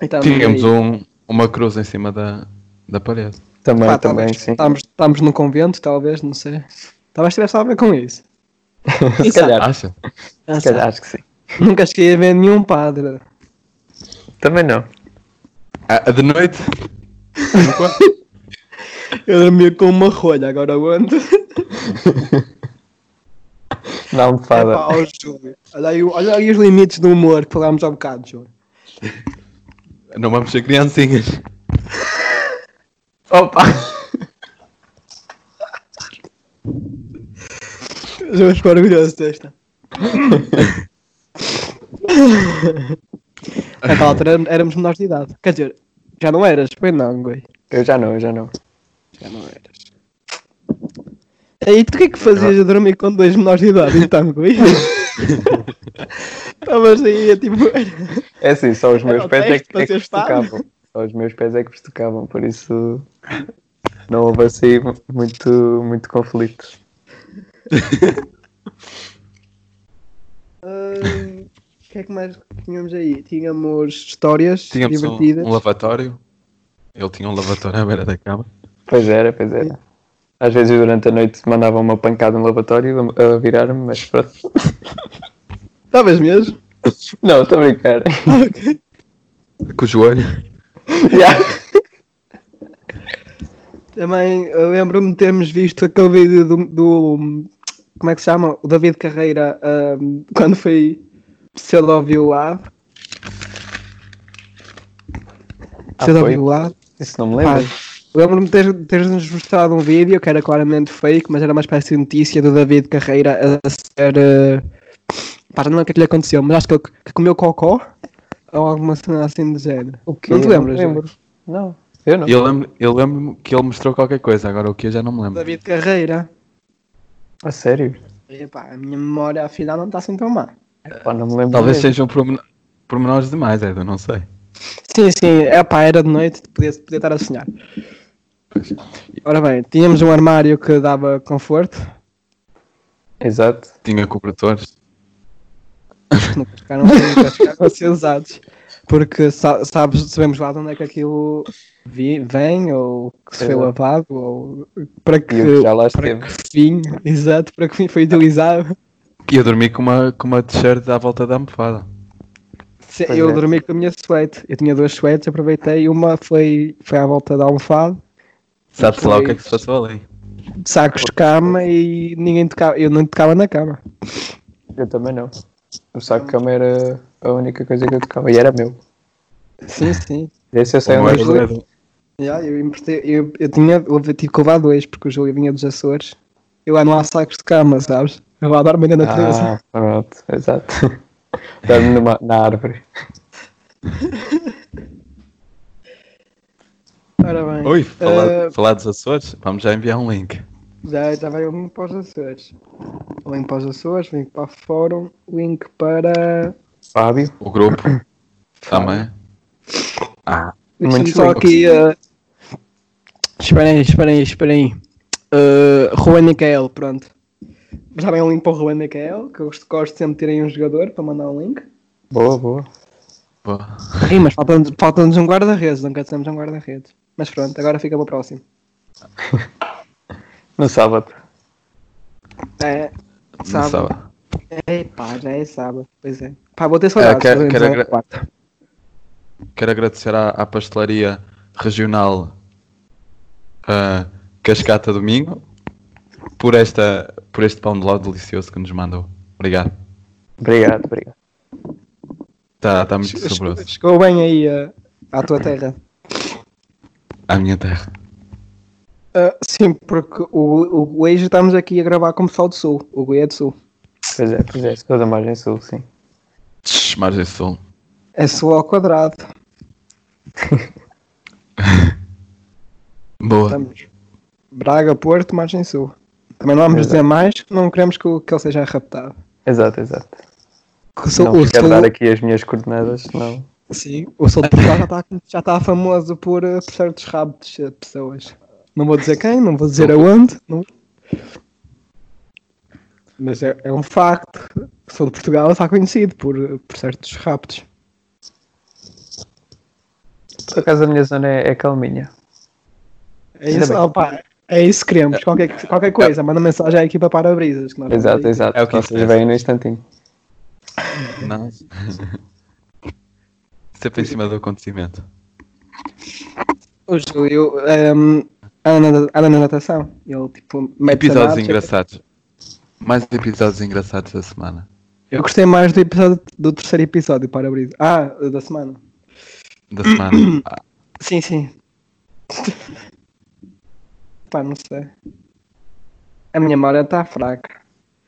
Então, Tínhamos um- uma cruz em cima da, da parede. Também, também, sim. Estamos, estamos num convento, talvez, não sei. Talvez tivesse algo a ver com isso. Se calhar, Acha? Ah, se calhar, acho que sim. sabe, Nunca cheguei a ver nenhum padre. Também não. Ah, de noite? No quarto? Eu dormia com uma rolha, agora onde? Na almofada. Epá, É ó, Júlio, olha, aí, o- olha aí os limites do humor que falámos há bocado, Júlio. Não vamos ser criancinhas. Opa! Júlio, ficou orgulhoso desta. Naquela altura éramos- éramos menores de idade. Quer dizer, já não eras, foi não, Gui. Eu já não, eu já não. Já não eras. E tu o que é que fazias a dormir com dois menores de idade então, Gui? Estavas aí a tipo. É assim, só os meus o pés é teste que, é que vocês vos fazem. tocavam. Só os meus pés é que vos tocavam, por isso não houve assim muito, muito conflito. Ahn, Ah, O que é que mais tínhamos aí? Tínhamos histórias Tínhamos um, divertidas. um lavatório. Ele tinha um lavatório à beira da cama. Pois era, pois era. Às vezes durante a noite mandavam uma pancada no lavatório a a virar-me, mas pronto. Estavas mesmo? Ah, Não, estou a brincar. Ok. Com o joelho. Yeah. Também eu lembro-me de termos visto aquele vídeo do, do- Como é que se chama? O David Carreira ahm, quando foi pseudo-violado. Ah, foi? Pseudo-violado. Isso não me Ah, lembro. Pá, Lembro-me de ter- teres-nos mostrado um vídeo que era claramente fake, mas era uma espécie de notícia do David Carreira a ser. eh, pá, já não lembro o que é que lhe aconteceu, mas acho que ele que comeu cocó ou alguma cena assim do género. O quê? Não te Eu lembras? Não lembro. Não, eu não. Eu lembro- eu lembro-me que ele mostrou qualquer coisa, agora o que eu já não me não? lembro. David Carreira. A sério? Epá, a minha memória afinal não está assim tão má. Pá, não me lembro. é? Talvez mesmo. sejam pormeno- pormenores demais, Edu, não sei. Sim, sim, epá, era de noite, podia, podia estar a sonhar. Ora bem, tínhamos um armário que dava conforto, Exato. Tinha cobertores. nunca ficaram, nunca ficaram a ser usados, porque sa- sabes, sabemos lá de onde é que aquilo vi- vem, ou que se foi Exato. lavado, ou para É. E o que, que já lá para esteve. que fim, exato, para que fim foi utilizado. E eu dormi com uma, com uma t-shirt à volta da almofada. Sim, Pois eu é. dormi com a minha suéte. Eu tinha duas suétes, aproveitei. Uma foi, foi à volta da almofada, Sabe-se lá o que é Pois. que se passou ali. de sacos de cama e ninguém tocava. Eu não tocava na cama. Eu também não. O saco de cama era a única coisa que eu tocava. E era meu. Sim, sim. Esse eu sei Como onde és é do que- Edu. Já, eu, emprestei- eu, eu tinha, eu tive que levar dois, porque o Júlio vinha dos Açores. Eu lá não há sacos de cama, sabes? Eu lá dormo ainda na natureza. Ah, pronto. Exato. Dorme numa- na árvore. Ora bem. é? Ui, tá falar, eh, falar dos Açores, vamos já enviar um link. já, já vai um link para os Açores. Link para os Açores, link para o fórum, link para. Fábio. O grupo. Também. Ah, Deixa-me Muito só bem. aqui. eh, Esperem, aí, esperem, aí, esperem. Uh, Juan Nicael, pronto. Já vem um link para o Juan Nicael, que eu gosto, gosto sempre de terem um jogador para mandar um link. Boa, boa. boa. Ih, mas falta-nos falta um guarda-redes, nunca temos um guarda-redes. Mas pronto, agora fica para o próximo. No sábado. É, Não sábado. sabe. É, pá, já é sábado, pois é. Pá, vou ter saudades. É, quero- fazemos quero a agra- quarta. Quero agradecer à, à pastelaria regional ah, Cascata Domingo por, esta, por este pão de ló delicioso que nos mandou. Obrigado. Obrigado, obrigado. Está tá muito Chegou, saboroso. chegou bem aí eh, à tua terra. À minha terra. Ah, sim, porque o, o, hoje estamos aqui a gravar com o pessoal do Sul. O Gui é do Sul. Pois é, pois é. Sou da margem sul, sim. Tch, Margem Sul. É Sul ao quadrado. Tá Boa. Estamos. Braga, Porto, Margem Sul. Também não vamos Exato. dizer mais, que não queremos que, o- que ele seja raptado. Exato, exato. Que O sul, não o quero sul, dar aqui as minhas coordenadas, senão. sim, o sul de Portugal já está já está famoso por, eh, por certos raptos de pessoas. Não vou dizer quem, não vou dizer aonde. não- Mas é, é um facto. O sul de Portugal está conhecido por, eh, por certos raptos. Por acaso a minha zona é, é calminha. É Ainda isso, bem. opa, é isso que queremos. Qualquer, qualquer coisa, manda mensagem à equipa para brisas. Que nós vamos Exato, aí. exato. É o que Vocês interessa. veem no instantinho. Não. Sempre em cima do acontecimento. O Júlio ehm, anda, na, anda na natação. Ele tipo mete Episódios engraçados. Mais episódios engraçados da semana. Eu gostei mais do episódio do terceiro episódio para abrir. Ah, da semana. Da semana. Ah, Sim, sim. Pá, não sei. A minha memória está fraca.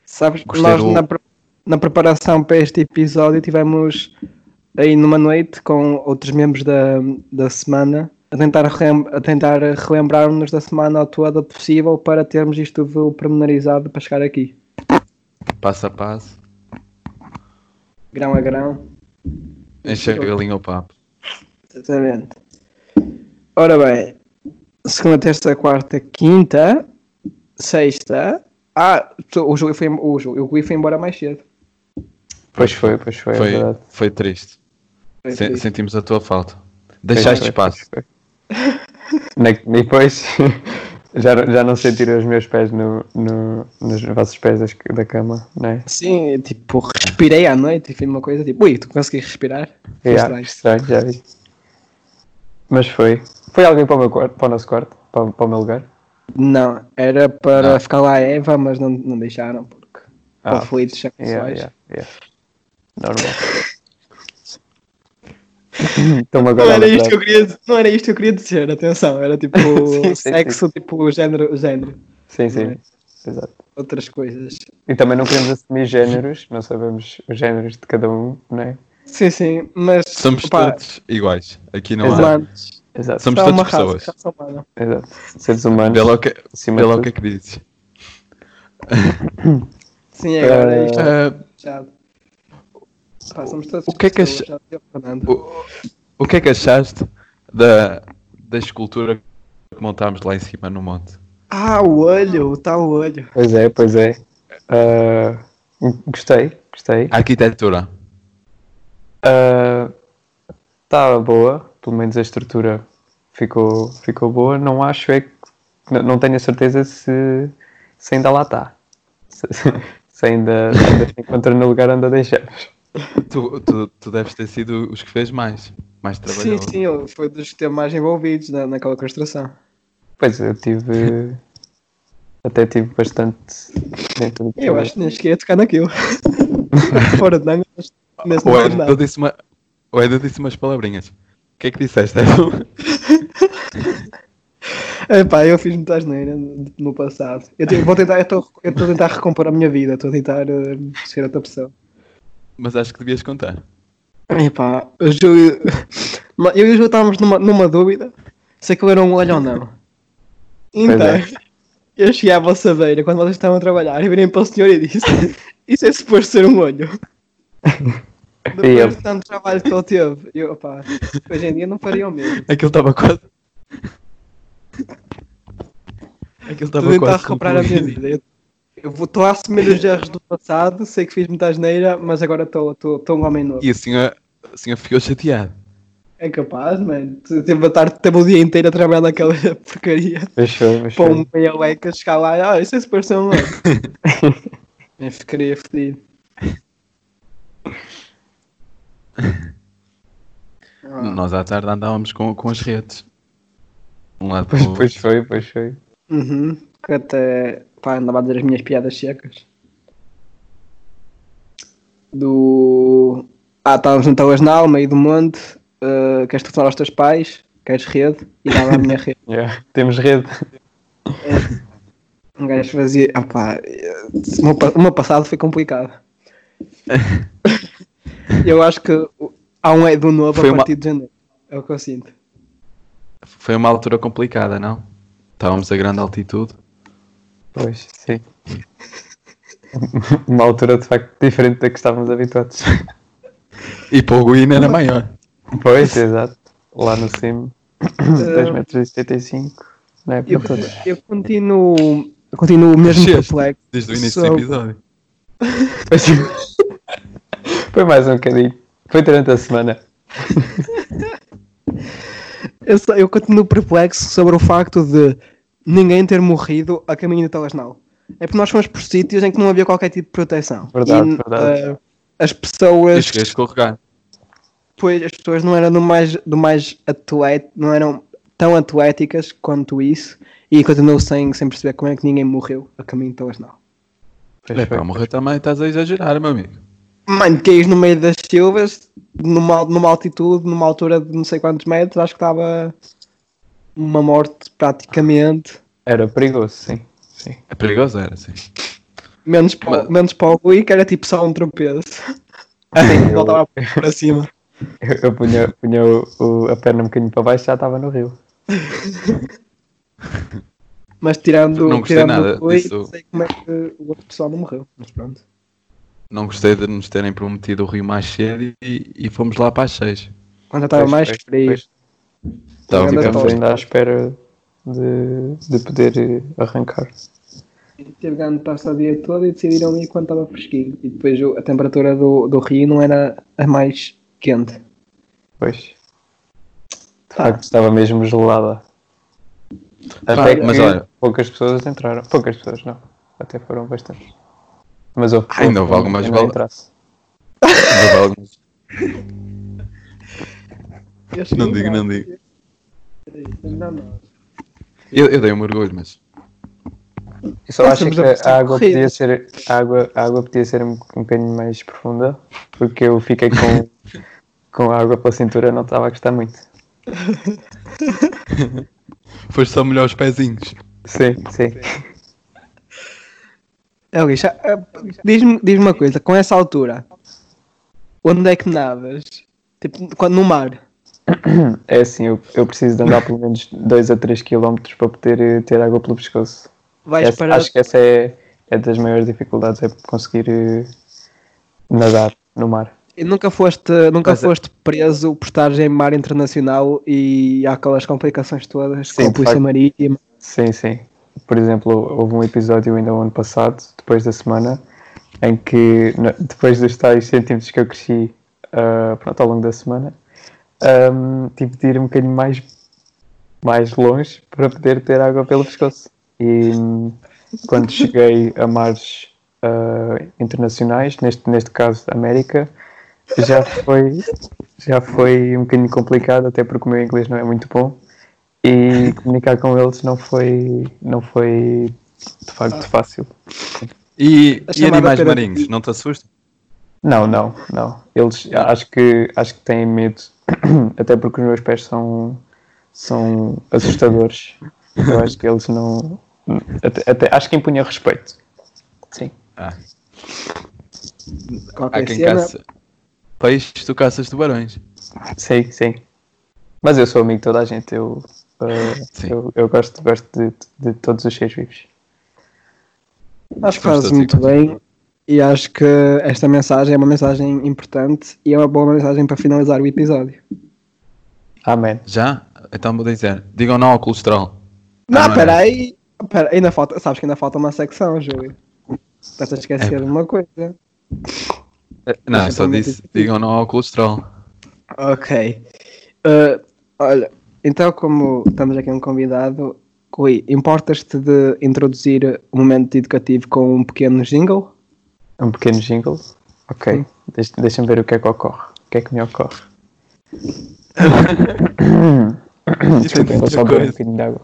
Sabes, Gostei nós do- na, pre- na preparação para este episódio tivemos aí numa noite com outros membros da, da semana a tentar, relem- a tentar relembrar-nos da semana toda possível para termos isto tudo pormenorizado para chegar aqui. passo a passo. Grão a grão. Encher a galinha ao papo. Exatamente. Ora bem, segunda, terça, quarta, quinta, sexta. Ah, tu- o Júlio foi, o Júlio, o Gui foi embora mais cedo. Pois foi, pois foi, é Foi, verdade. foi triste. Foi Se- triste. sentimos a tua falta. Pois Deixaste foi, espaço. pois foi. Na, e depois já, não- já não sentir os meus pés no, no- nos vossos pés das- da cama, não é? Sim, eu, tipo, respirei à noite e foi uma coisa tipo, ui, tu conseguiste respirar? Foi Yeah, estranho. é. estranho, já vi. Mas foi. Foi alguém para o, meu quarto, para o nosso quarto, para, para o meu lugar? Não, era para Não. ficar lá a Eva, mas não, não deixaram porque Ah, conflitos Yeah, sexuais. yeah, yeah. Normal. Então agora Não era, a isto que lembrar. eu queria, não era isto que eu queria dizer, atenção, era tipo Sim, sim, sexo, tipo género, género, Sim, sim. Exato. outras coisas. E também não queremos assumir géneros, não sabemos os géneros de cada um, não é? Sim, sim, mas Somos opá, todos iguais. Aqui não há. humanos. Exato. Somos Há todos Tá uma raça, pessoas. raça humana. Exato. Seres humanos. Vê lá o que, acima vê de lá o tudo. que é que dizes. Sim, agora Eh, isto Ah, Já. Pá, somos todos o que é que pessoas, ach- já deu, Fernando. o, o que é que achaste da, da escultura que montámos lá em cima no monte? Ah, o olho, está o olho. Pois é, pois é. Ah, gostei, gostei. Ah. A arquitetura. Estava tá boa, pelo menos a estrutura ficou, ficou boa. Não acho é que. Não, não tenho a certeza se, se ainda lá está. Se, se ainda, se ainda se encontra no lugar onde a deixamos. Tu, tu, tu deves ter sido os que fez mais. Mais Sim, trabalhou. sim, ele foi dos que teve mais envolvidos na, naquela construção. Pois eu tive. Até tive bastante. dentro do Eu acho que nem cheguei a tocar naquilo. Fora de nada, mas nesse O não faz Edu nada. é disse, uma, o Edu disse umas palavrinhas. O que é que disseste, Edu? Epá, É, eu fiz muita asneira no no passado. Eu te- vou tentar, eu estou a tentar recompor a minha vida, estou a tentar eh, ser outra pessoa. Mas acho que devias contar. Epá, o Júlio. Eu e o Júlio estávamos numa, numa dúvida se aquilo era um olho ou não. Então, é. eu cheguei à vossa beira quando vocês estavam a trabalhar e virei para o senhor e disse: Isso é suposto ser um olho. E eu? Depois de tanto trabalho que ele teve, eu, opá, hoje em dia não faria o mesmo. Aquilo estava quase. Aquilo Estou estava a tentar quase. recuperar a minha concluído. vida. Eu- Eu vou- estou a assumir os erros do passado, sei que fiz muita asneira, mas agora estou estou- estou um homem novo. E a senhora, a senhora ficou chateada. É capaz, mano. Tu- Teve, a tarde, teve o dia inteiro a trabalhar naquela porcaria. Fechou, fechou. Pão meia leca, chegar lá, ah, isso é super São Lourenço. Nem ficaria fedido. Ah, Nós à tarde andávamos com, com as redes. Um lado Pois, para o pois foi, pois foi. uhum, que até pá, andava a dizer as minhas piadas secas. Do. Ah, estávamos no Talasnal, meio do monte. ah, queres telefonar aos teus pais? Queres rede? E dava a minha rede. Yeah. Temos rede. Um gajo fazia. Ah, pá, o meu pa- o meu passado foi complicado. eu acho que o- há um Edu novo Foi a uma- partir de janeiro. É o que eu sinto. Foi uma altura complicada, não? Estávamos a grande altitude. Pois, sim. Uma altura de facto diferente da que estávamos habituados. E para o Guina era maior. Pois, exato. Lá no cimo, Eh, 2,75m. Não é Eu, para todos. eu continuo. eu continuo mesmo Desceste perplexo. Desde o início Sou- do episódio. Foi mais um bocadinho. Foi durante a semana. Eu, só- eu continuo perplexo sobre o facto de ninguém ter morrido a caminho do Telesnal. É porque nós fomos por sítios em que não havia qualquer tipo de proteção. Verdade, E, verdade. ah, as pessoas. Eu cheguei a escorregar. Pois as pessoas não eram do mais, do mais atleta, não eram tão atléticas quanto isso e continuou sem, sem perceber como é que ninguém morreu a caminho de Torres não. Pois É foi. para morrer também, estás a exagerar, meu amigo. Mano, caís no meio das silvas, numa, al- numa altitude, numa altura de não sei quantos metros, acho que estava uma morte praticamente. Era perigoso, sim. sim. É perigoso, era assim. Menos para, Mas- o- menos para o Rui, que era tipo só um tropeço. Sim, eu, Voltava para cima. eu, eu punha, punha o- o- a perna um bocadinho para baixo e já estava no rio. Mas tirando, Não gostei tirando nada o Rui, disso. não sei como é que o outro pessoal não morreu. Mas pronto. Não gostei de nos terem prometido o Rio mais cedo e, e fomos lá para as seis. Quando eu estava Pois, Tá mais pois, frio. pois. Então, Sim, mas ficamos- Ficamos pois. ainda à espera de, de poder eh, arrancar. Teve grande taça o dia todo e decidiram ir quando estava fresquinho. E depois o- a temperatura do, do Rio não era a mais quente. Pois. De Tá. facto, estava mesmo gelada. Pá, Até que mas olha- poucas pessoas entraram. Poucas pessoas, não. Até foram bastantes. Mas houve Ainda houve algumas que bala- entrasse. Houve alguns- Não digo, não digo. é Eu, eu dei um mergulho, mas Eu só Nós acho é temos que a versão a água, corrida. podia ser, a, água, a água podia ser um, um bocadinho mais profunda, porque eu fiquei com com a água pela cintura não estava a gostar muito. Foste só melhor os pezinhos. Sim, sim. É o lixo. Ah, Diz-me diz uma coisa, com essa altura, onde é que nadas? Tipo, quando, no mar. É assim, eu, eu preciso de andar pelo menos 2 a 3 km para poder eh, ter água pelo pescoço. Vais Essa- para. Acho que essa é, é das maiores dificuldades, é conseguir eh, nadar no mar. E Nunca foste, nunca é- Mas- foste preso por estares em mar internacional e há aquelas complicações todas Sim, com a de polícia facto. marítima. Sim, sim. Por exemplo, houve um episódio ainda o ano passado, depois da semana, em que, na- depois dos tais centímetros que eu cresci ah, pronto, ao longo da semana, ahm, tive de ir um bocadinho mais, mais longe para poder ter água pelo pescoço. E hum, quando cheguei a mares ah, internacionais, neste, neste caso América, já foi, já foi um bocadinho complicado, até porque o meu inglês não é muito bom e comunicar com eles não foi, não foi de facto fácil. E, A e chamada animais terapia. marinhos, não te assusta? Não, não, não. Eles acho que, acho que têm medo, até porque os meus pés são, são assustadores. Eu acho que eles não. Até, até- acho que impunha respeito. Sim. Ah, Qualquer há quem cena. caça. Peixes, tu caças tubarões. Sim, sim. Mas eu sou amigo de toda a gente. Eu, eh, Sim. eu, eu gosto, gosto de, de todos os seres vivos. Acho que Somos fazes todos muito assim. bem e acho que esta mensagem é uma mensagem importante e é uma boa mensagem para finalizar o episódio. Ah, Amém. Já? Então vou dizer. Digam não ao colesterol. Não, Ah, não. peraí. Pera, ainda falta, sabes que ainda falta uma secção, Júlio. É Estás a esquecer de uma coisa. Eh, Não, Mas só também disse. tem- Digam não ao colesterol. Ok. Uh, olha, então como estamos aqui um convidado, Rui, importas-te de introduzir o momento educativo com um pequeno jingle? Um pequeno jingle. Ok. Deixa- Deixa-me ver o que é que ocorre. O que é que me ocorre? é Desculpem, vou só beber um bocadinho de água.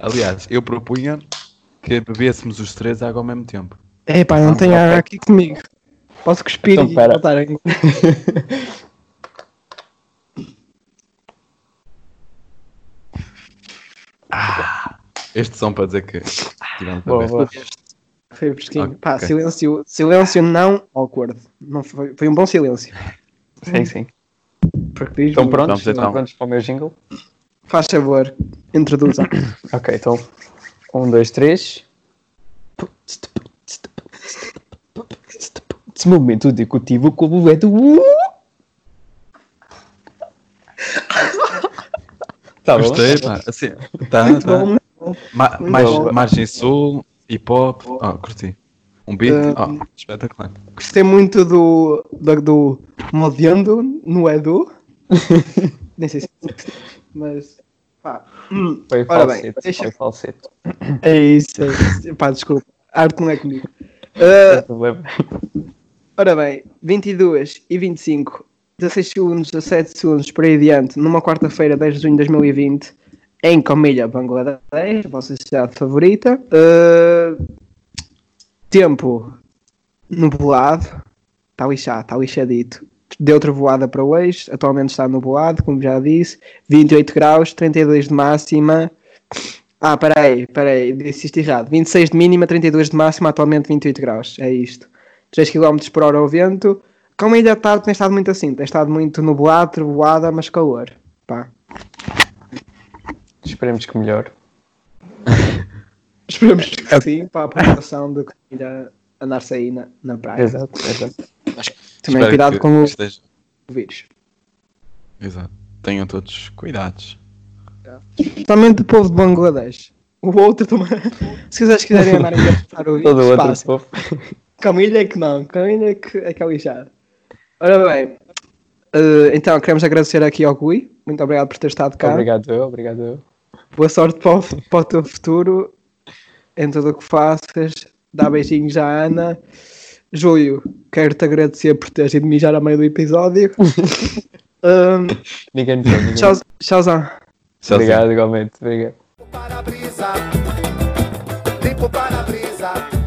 Aliás, eu propunha que bebêssemos os três água ao mesmo tempo. Epá, não tem água aqui comigo. Posso cuspir Então, e pera. voltar a engolir. Este som para dizer que. tivemos a Boa, ver. boa. Foi fresquinho. Ok. Pá, silêncio, silêncio não awkward. Não foi, foi um bom silêncio. Sim, sim. Porque diz Estão muito. prontos? Vamos então. Estão prontos para o meu jingle? Faz favor, introduza. Ok, então. Um, dois, três. Esse momento executivo como é do. Tá bom? Gostei, pá. Assim, tá, Muito tá. bom. Ma- Muito mais- bom. Margem Sul, hip hop. Oh, curti. Um beat. Um, oh, espetacular. Gostei muito do, do, do Modiando no Edu. Nem sei se. é Mas. Pá. hum, Foi Ora bem, falsete. deixa- Foi falsete. É isso. É isso. Pá, desculpa. A arte não é comigo. Não Ah, tem problema. ora bem, 22 e 25, 16 segundos, 17 segundos por aí adiante, numa quarta-feira, 10 de junho de 2020, em Comilha, Bangladesh, a vossa cidade favorita. Ah, tempo nublado, está lixado, está lixadito. Deu trovoada para hoje, atualmente está nublado, como já disse, 28 graus, 32 de máxima. Ah, peraí, peraí, disse isto errado. 26 de mínima, 32 de máxima, atualmente 28 graus, é isto. 3 km por hora ao vento. Como ainda está, tem estado muito assim, tem estado muito nublado, trovoada, mas calor. Pá. Esperemos que melhor. Esperemos que sim, para a população de comida andar-se aí na, na praia. Exato, exato. Também Espero cuidado que com o esteja- vírus. Exato. Tenham todos cuidados. Principalmente o povo de Bangladesh. O outro também. Se vocês quiserem andar a gastar o Todo o vírus, outro passem. povo. Camilha é que não, Camilha é que é, que é lixado. Ora bem, eh, então queremos agradecer aqui ao Gui, muito obrigado por ter estado cá. Obrigado eu, obrigado eu. Boa sorte para o, para o teu futuro, em tudo o que faças, dá beijinhos à Ana. Júlio, quero-te agradecer por teres ido mijar a meio do episódio. um, Ninguém me viu, ninguém me tchau, viu. tchauzão. Tchauzinho. Obrigado, igualmente. Obrigado. para-brisa, limpo para-brisa.